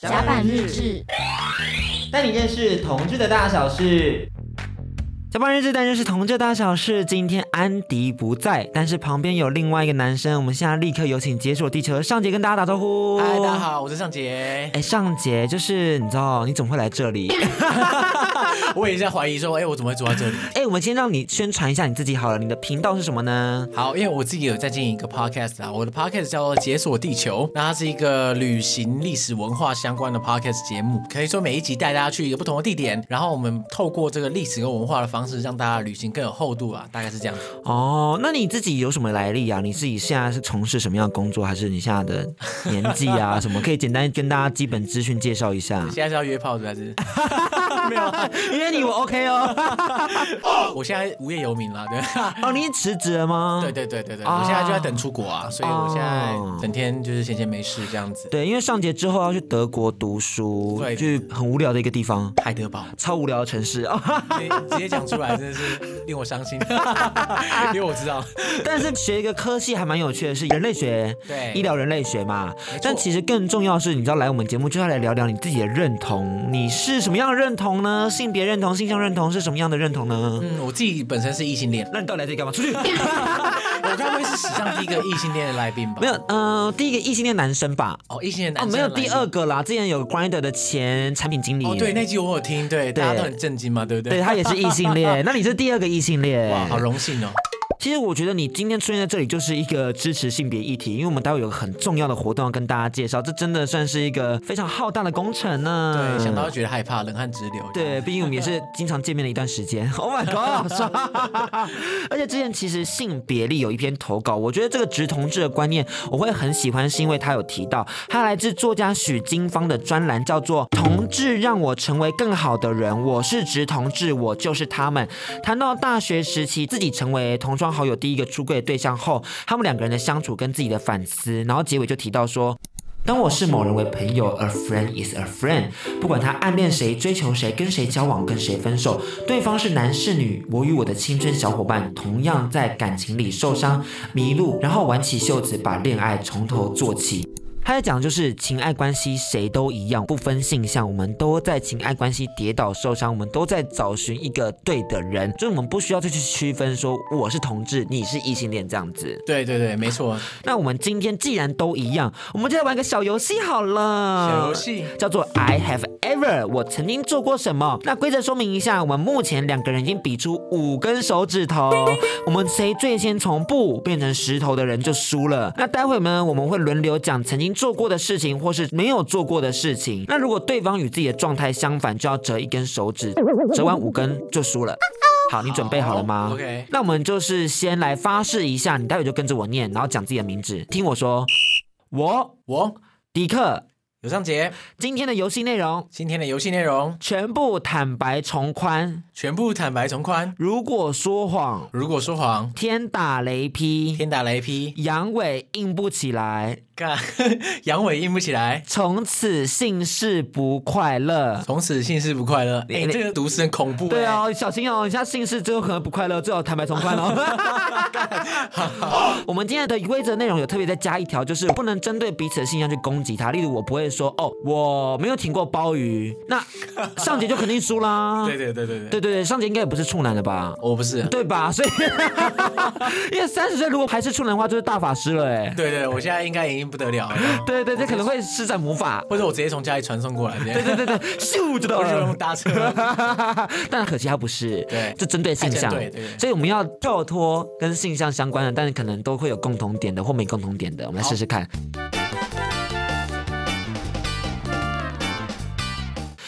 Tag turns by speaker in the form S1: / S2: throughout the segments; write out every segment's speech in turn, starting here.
S1: 甲板日志，
S2: 带你认识同志的大小事。甲板日志，带你认识同志的大小事。今天安迪不在，但是旁边有另外一个男生，我们现在立刻有请解锁地球的尚杰跟大家打招呼。
S3: 嗨，大家。好，我是 尚杰。
S2: 哎，尚杰，就是你知道你怎么会来这 里？
S3: 我也在怀疑说，哎、我怎么会坐在这里？
S2: 哎，我们先让你宣传一下你自己好了，你的频道是什么呢？
S3: 好，因为我自己有在经营一个 podcast 啊，我的 podcast 叫做《解锁地球》，那它是一个旅行、历史文化相关的 podcast 节目，可以说每一集带大家去一个不同的地点，然后我们透过这个历史跟文化的方式，让大家旅行更有厚度啊，大概是这样子。
S2: 哦，那你自己有什么来历啊？你自己现在是从事什么样的工作，还是你现在的年纪啊？什么可以简单跟大家基本资讯介绍一下？
S3: 现在是要约炮的还是？没有啊，
S2: 因为你我 OK 哦。
S3: 我现在无业游民啦，对。
S2: 哦，你辞职了吗？
S3: 嗯对对对对对，
S2: 啊
S3: 我现在就在等出国啊，所以我现在
S2: 哦
S3: 整天就是闲闲没事这样子。
S2: 对，因为上节之后要去德国读书，
S3: 对
S2: 去很无聊的一个地方，
S3: 海德堡，
S2: 超无聊的城市 啊。
S3: 直接直接讲出来真的是令我伤心， 因为我知道，
S2: 但是学一个科系还蛮有趣的，是人类学，
S3: 对
S2: 医疗人类学嘛
S3: 没。
S2: 但
S3: 错
S2: 其实更重要的是，你知道来我们节目就是要来聊聊你自己的认同，你是什么样的认同呢？性别认同、性向认同是什么样的认同呢？
S3: 嗯，我自己本身是异性恋，
S2: 那你到底来这里干嘛？出 去！
S3: 我该不会是史上第一个异性恋的来宾吧？
S2: 没有，呃，第一个异性恋男生吧。
S3: 哦，异性恋
S2: 哦，
S3: 男生
S2: 没
S3: 的
S2: 有
S3: 来宾
S2: 第二个啦，之前有 Grinder 的前产品经理，
S3: 哦，对，那集我有听，对，大家都很震惊嘛，对不对？
S2: 对他也是异性 恋，那你是第二个异性恋，
S3: 哇，好荣幸哦！
S2: 其实我觉得你今天出现在这里就是一个支持性别议题，因为我们待会有个很重要的活动要跟大家介绍，这真的算是一个非常浩大的工程呢、
S3: 对，想到就觉得害怕，冷汗直流。
S2: 嗯对，毕竟我们也是经常见面的一段时间。Oh my god！而且之前其实性别力有一篇投稿，我觉得这个直同志的观念我会很喜欢，是因为他有提到，他来自作家许金芳的专栏，叫做《同志让我成为更好的人》，我是直同志，我就是他们。 谈到大学时期自己成为同窗好友第一个出柜的对象后，他们两个人的相处跟自己的反思，然后结尾就提到说，当我视某人为朋友，a friend is a friend，不管他暗恋谁、追求谁、跟谁交往、跟谁分手，对方是男是女，我与我的青春小伙伴同样在感情里受伤、迷路，然后挽起袖子把恋爱从头做起。他在讲就是情爱关系，谁都一样，不分性向，我们都在情爱关系跌倒受伤，我们都在找寻一个对的人，就是我们不需要再去区分说我是同志，你是异性恋这样子。
S3: 对对对，没错，
S2: 那我们今天既然都一样，我们就来玩个小游戏好了。
S3: 小游戏
S2: 叫做 I have ever，我曾经做过什么？那规则说明一下，我们目前两个人已经比出五根手指头，我们谁最先从不变成石头的人就输了。那待会呢，我们会轮流讲曾经做过的事情或是没有做过的事情。那如果对方与自己的状态相反，就要折一根手指，折完五根就输了。好，你准备好了吗
S3: 好，OK
S2: 那我们就是先来发誓一下，你待会就跟着我念，然后讲自己的名字，听我说，我
S3: 我
S2: 迪克。
S3: 有尚杰，
S2: 今天的游戏内容
S3: 今天的游戏内容
S2: 全部坦白从宽，
S3: 全部坦白从宽，
S2: 如果说谎，
S3: 如果说谎，
S2: 天打雷劈，
S3: 天打雷劈，
S2: 阳痿硬不起来，
S3: 干 阳痿硬不起来，
S2: 从此性事不快乐。
S3: 从此性事不快乐。哎、
S2: 你
S3: 这个毒词很恐怖、
S2: 对，哦，小心哦，你现在性事最后可能不快乐，最好坦白从宽哦。我们今天的规则内容有特别再加一条，就是不能针对彼此的性向去攻击他。例如，我不会说哦，我没有挺过鲍鱼，那上节就肯定输啦。
S3: 哎对对对对对，
S2: 对对对，上节应该也不是处男了吧？
S3: 我不是，
S2: 对吧？所以，因为三十岁如果还是处男的话，就是大法师了哎。
S3: 对对，我现在应该已经不得了了，
S2: 对对，这可能会施展魔法。
S3: 或者我直接从家里传送过来，对
S2: 对对对对， 咻就到
S3: 我就
S2: 了
S3: 用。搭车。
S2: 但呃可惜他不是，
S3: 对
S2: 这针对性向，
S3: 太针对对对
S2: 所以我们要跳脱跟性向相关的，但是可能都会有共同点的或没共同点的，我们来试试看。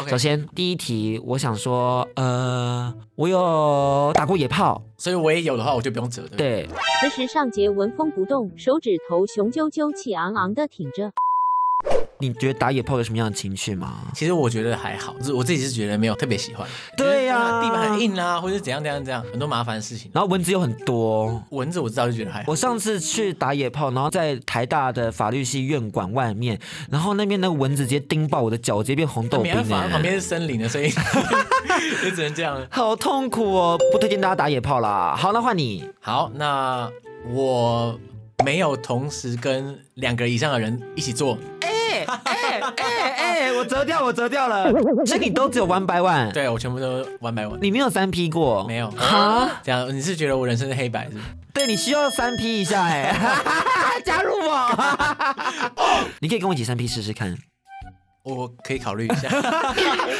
S3: OK，
S2: 首先第一题，我想说，呃，我有打过野炮，
S3: 所以我也有的话，我就不用折，对不对？
S2: 对，
S1: 此时尚杰纹风不动，手指头雄赳赳气昂昂的挺着。
S2: 你觉得打野炮有什么样的情趣吗？
S3: 其实我觉得还好，就是我自己是觉得没有特别喜欢。
S2: 对呀、
S3: 地板很硬啊，或者怎样怎样怎样，很多麻烦 的事情。
S2: 然后蚊子有很多，
S3: 蚊子我知道就觉得还好。
S2: 我上次去打野炮，然后在台大的法律系院馆外面，然后那边那个蚊子直接叮爆我的脚，直接变红豆
S3: 没
S2: 冰、
S3: 办法，旁
S2: 欸。
S3: 边是森林的，所以 也只能这样。
S2: 好痛苦哦，不推荐大家打野炮啦。好，那换你，
S3: 好，那我没有同时跟两个以上的人一起做，
S2: 哎、哎哎哎，我折掉，我折掉了。 所以你都只有 one by one，
S3: 对我全部都 one by one，
S2: 你没有三 P 过，
S3: 没 有
S2: 哈，
S3: 这样你是觉得我人生是黑白是不是？
S2: 啊对你需要三 P 一下哎、 加入我， 你可以跟我一起三 P 试试看。
S3: 我可以考虑一下。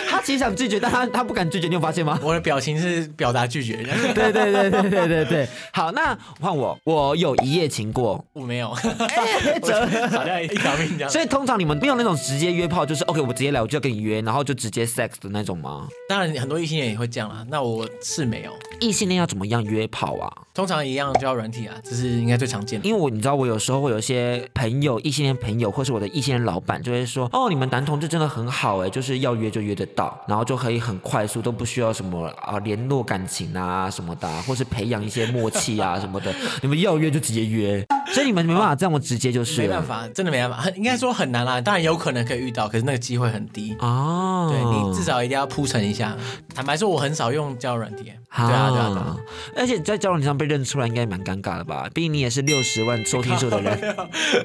S2: 他其实想拒绝，但他他不敢拒绝，你有发现吗？
S3: 我的表情是表达拒绝，
S2: 对对对对对对对，好，那换我，我有一夜情 过，
S3: 我没 有，
S2: 哎折
S3: 少掉一条命这样。
S2: 所以通常你们没有那种直接约炮，就是 OK，我直接来，我就跟你约，然后就直接 sex 的那种吗？
S3: 当然很多异性恋也会这样啦，那我是没有，
S2: 异性恋要怎么样约炮啊？
S3: 通常一样交友软体啊，这是应该最常见的。
S2: 因为我你知道，我有时候会有一些朋友，异性恋朋友，或是我的异性恋老板，就会说，哦，你们男同志真的很好哎，就是要约就约得到，然后就可以很快速，都不需要什么啊联络感情啊什么的啊、或是培养一些默契啊什么的，你们要约就直接约，所以你们没办法这么直接就是
S3: 没
S2: 了，
S3: 办法，真的没办法，很应该说很难啦。当然有可能可以遇到，可是那个机会很低。
S2: 哦，
S3: 对你至少一定要铺陈一下。坦白说，我很少用交友软体。对啊，对啊，对啊。，
S2: 而且在交友软件上被认出来，应该蛮尴尬的吧？毕竟你也是六十万收听数的人，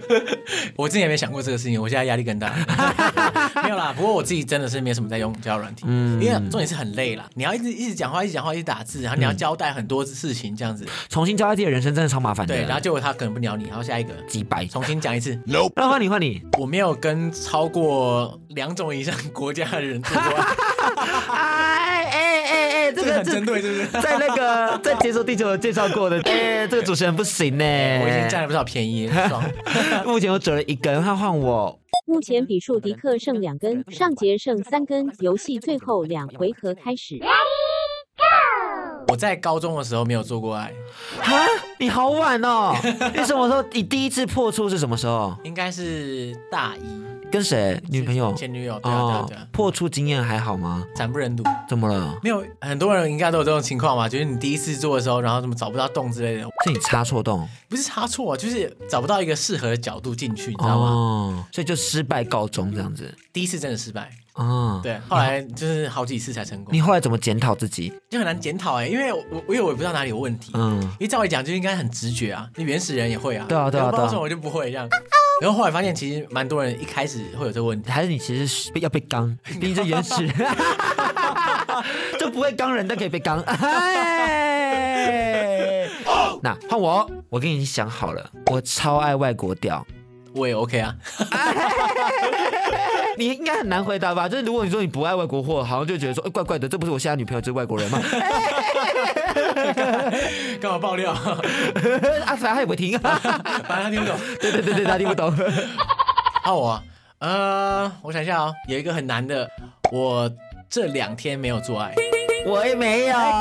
S3: 我之前也没想过这个事情，我现在压力更大。 没有啦，不过我自己真的是没什么在用交友软体，
S2: 嗯
S3: 因为重点是很累啦。你要一直一直讲话，一直讲话，一直打字，然后你
S2: 嗯
S3: 要交代很多事情这样子。
S2: 重新交代自己的人生真的超麻烦的。
S3: 对，然后结果他可能不鸟你，然后下一个
S2: 几百。
S3: 重新讲一次。
S2: 那换你换你
S3: 我没有跟超过两种以上国家的人做过，
S2: 哎哎哎哎，这
S3: 这个
S2: 个
S3: 很
S2: 这
S3: 针对，是不是？
S2: 在那 个在《解说地球》有介绍过的，哎，这个主持人不行呢。
S3: 我已经占了不少便宜，爽。
S2: 目前我折了一根，他换我。
S1: 目前比数迪克剩两根，上杰剩三根，游戏最后两回合开始。
S3: 我在高中的时候没有做过爱，
S2: 哈，你好晚 哦！你什么时候？你第一次破处是什么时候？
S3: 应该是大一
S2: 跟谁？女朋友？
S3: 前女友，对啊对啊
S2: 哦
S3: 对啊，，
S2: 破处经验还好吗？
S3: 惨不忍睹。
S2: 怎么了？
S3: 没有很多人应该都有这种情况嘛，就是你第一次做的时候，然后怎么找不到洞之类的，
S2: 是你插错洞？
S3: 不是插错，啊就是找不到一个适合的角度进去，你知道吗？
S2: 哦，所以就失败告终这样子
S3: 第一次真的失败，
S2: 啊。，
S3: 对，后来就是好几次才成功
S2: 你，后来怎么检讨自己？
S3: 就很难检讨哎，因为我我因为我也不知道哪里有问题，
S2: 嗯，
S3: 因为照理讲就应该很直觉啊，你原始人也会啊，
S2: 对啊对啊
S3: 然后不知道
S2: 对啊
S3: 为什么我就不会这样。然后后来发现，其实蛮多人一开始会有这个问题，
S2: 还是你其实是被要被刚，毕竟这原始就不会刚人，但可以被刚。哎那换我，我跟你想好了，我超爱外国屌。
S3: 我也 OK 啊，
S2: 你应该很难回答吧？就是如果你说你不爱外国货，好像就觉得说，哎、怪怪的，这不是我现在女朋友，这是外国人吗？
S3: 干嘛爆料？
S2: 啊，反正他也不会听。
S3: 反正他听不懂。
S2: 对对对对，他听不懂。
S3: 啊，我啊呃，我想一下哦，有一个很难的，我这两天没有做爱，
S2: 我也没有。
S3: 哎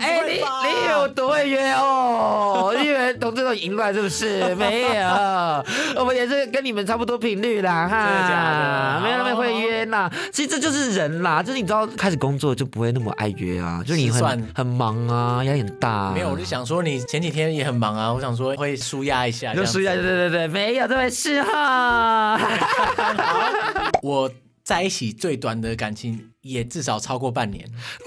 S2: 哎
S3: 哥、
S2: 你
S3: 不会吧
S2: 你有多会约 哦？你以为同志都淫乱是不是？没有，我们也是跟你们差不多频率啦，
S3: 真的假
S2: 哈，
S3: 的哦
S2: 没有那么会约啦。其实这就是人啦，就是你知道，开始工作就不会那么爱约啊，就是你
S3: 是算
S2: 很很忙啊，压力很大、啊。
S3: 没有，我就想说你前几天也很忙啊，我想说会舒压一下，
S2: 就输一下，对对对对，没有这回事 哈。
S3: 我在一起最短的感情也至少超过半年，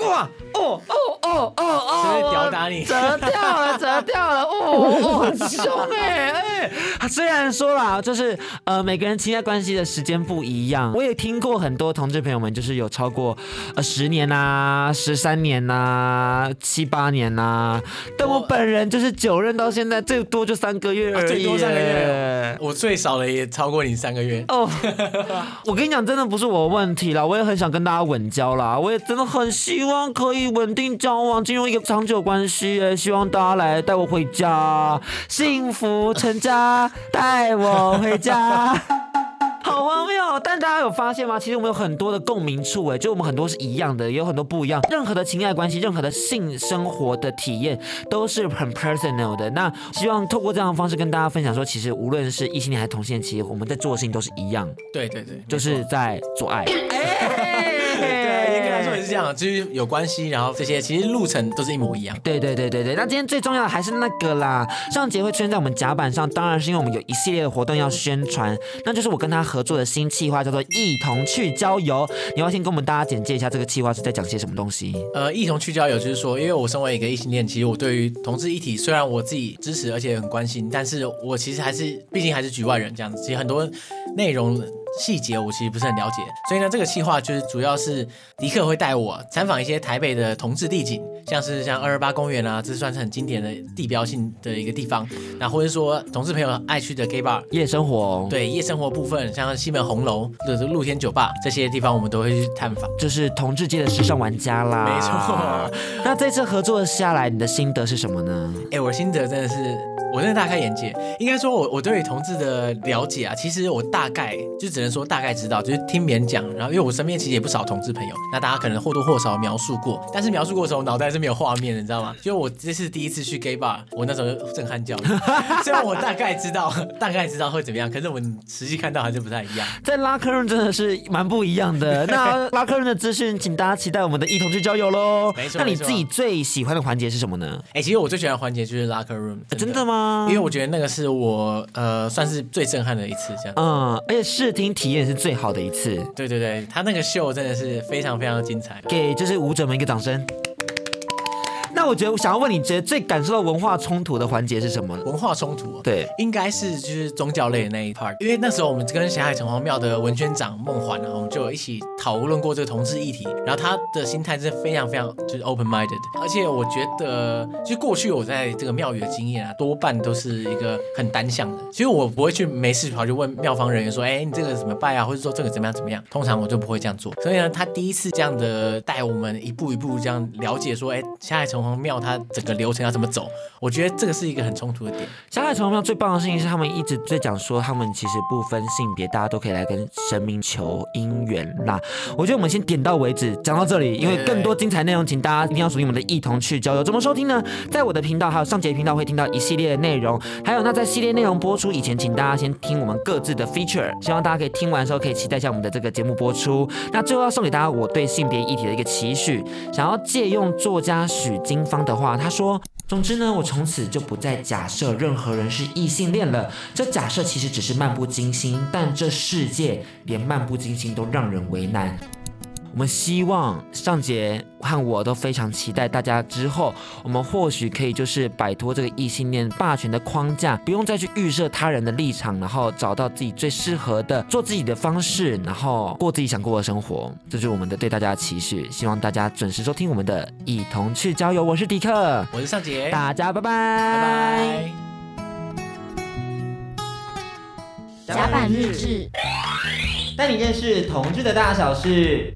S2: 哇哦哦哦哦哦！
S3: 是不是吊打你
S2: 我折掉 了，折掉了！哦哦，很凶哎哎！啊虽然说啦，就是呃，每个人情爱关系的时间不一样，我也听过很多同志朋友们，就是有超过呃十年呐、十三年呐、七八年呐、但我本人就是久任到现在，最多就三个月而已、
S3: 啊最多三个月
S2: 哎
S3: 我最少的也超过你三个月。
S2: 哦， 我跟你讲，真的不是我的问题啦，我也很想跟大家稳交啦，我也真的很希望可以稳定交往，进入一个长久关系耶，希望大家来带我回家，幸福成家，带我回家。 好荒谬哦！但大家有发现吗？其实我们有很多的共鸣处，哎，就我们很多是一样的，也有很多不一样。任何的情爱关系，任何的性生活的体验，都是很 personal 的。那希望透过这样的方式跟大家分享说，其实无论是异性恋还是同性恋，其实我们在做的事情都是一样，
S3: 对对对，
S2: 就是在做爱。
S3: 哎对，严格来说也是这样，就是有关系，然后这些其实路程都是一模一样。
S2: 对对对对对，那今天最重要的还是那个啦，上节会出现在我们甲板上，当然是因为我们有一系列的活动要宣传，那就是我跟他合作的新企划，叫做“一同去郊游”。你要不要先跟我们大家简介一下这个企划是在讲些什么东西？
S3: 呃，异同去交友就是说，因为我身为一个异性恋，其实我对于同志议题，虽然我自己支持而且很关心，但是我其实还是，毕竟还是局外人这样子。其实很多内容细节我其实不是很了解，所以呢，这个计划就是主要是迪克会带我参访一些台北的同志地景，像是像二二八公园啊，这算是很经典的地标性的一个地方，那或者说同志朋友爱去的 gay bar，
S2: 夜生活，，哦
S3: 对夜生活部分，像西门红楼、或者是露天酒吧这些地方，我们都会去探访。
S2: 就是同志界的时尚玩家啦。
S3: 没错。
S2: 那这次合作下来，你的心得是什么呢？
S3: 哎、我心得真的是，我真的大开眼界。应该说我，我对于同志的了解啊，其实我大概就只能说大概知道，就是听别人讲。然后，因为我身边其实也不少同志朋友，那大家可能或多或少描述过，但是描述过的时候，我脑袋是没有画面的，你知道吗？就我这次第一次去 gay bar，我那时候就震撼教育。 虽然我大概知道，大概知道会怎么样，可是我实际看到还是不太一样。
S2: 在拉客润真的是蛮不一样 的。那拉客润的资讯，请大家期待我们的一同去交友喽。
S3: 没错
S2: 那你
S3: 没错
S2: 自己最喜欢的环节是什么呢？
S3: 哎、其实我最喜欢的环节就是 locker room，
S2: 真的？吗？
S3: 因为我觉得那个是我呃算是最震撼的一次，这样。
S2: 嗯，而且试听体验是最好的一次。
S3: 对对对，他那个秀真的是非常非常精彩。
S2: 给就是舞者们一个掌声。那我觉得我想要问你，觉得最感受到文化冲突的环节是什么呢？
S3: 文化冲突、哦，
S2: 对，
S3: 应该是就是宗教类的那一 part，因为那时候我们跟霞海城隍庙的文宣长孟环啊，我们就有一起讨论过这个同志议题，然后他的心态是非常非常就是 open minded，而且我觉得就过去我在这个庙宇的经验啊，多半都是一个很单向的，其实我不会去没事跑去问庙方人员说，哎，你这个怎么拜啊，或者说这个怎么样怎么样，通常我就不会这样做，所以呢，他第一次这样的带我们一步一步这样了解说，哎，霞海城隍庙它整个流程要怎么走，我觉得这个是一个很冲突的点。
S2: 小海城隍庙最棒的事情是，他们一直在讲说，他们其实不分性别，大家都可以来跟神明求姻缘啦。我觉得我们先点到为止，讲到这里，因为更多精彩内容，请大家一定要锁定我们的一同去交流。怎么收听呢？在我的频道还有上节频道会听到一系列的内容，还有那在系列内容播出以前，请大家先听我们各自的 feature，希望大家可以听完之后可以期待一下我们的这个节目播出。那最后要送给大家我对性别议题的一个期许，想要借用作家许金芳的话，他说。总之呢，我从此就不再假设任何人是异性恋了。这假设其实只是漫不经心，但这世界连漫不经心都让人为难。我们希望尚杰和我都非常期待大家之后，我们或许可以就是摆脱这个异性恋霸权的框架，不用再去预设他人的立场，然后找到自己最适合的做自己的方式，然后过自己想过的生活。这就是我们的对大家的期许，希望大家准时收听我们的《一同去郊游》，我是迪克，
S3: 我是尚杰， 拜
S2: 大家拜拜，
S3: 拜。
S1: 甲板日志。
S2: 带你认识同志的大小事。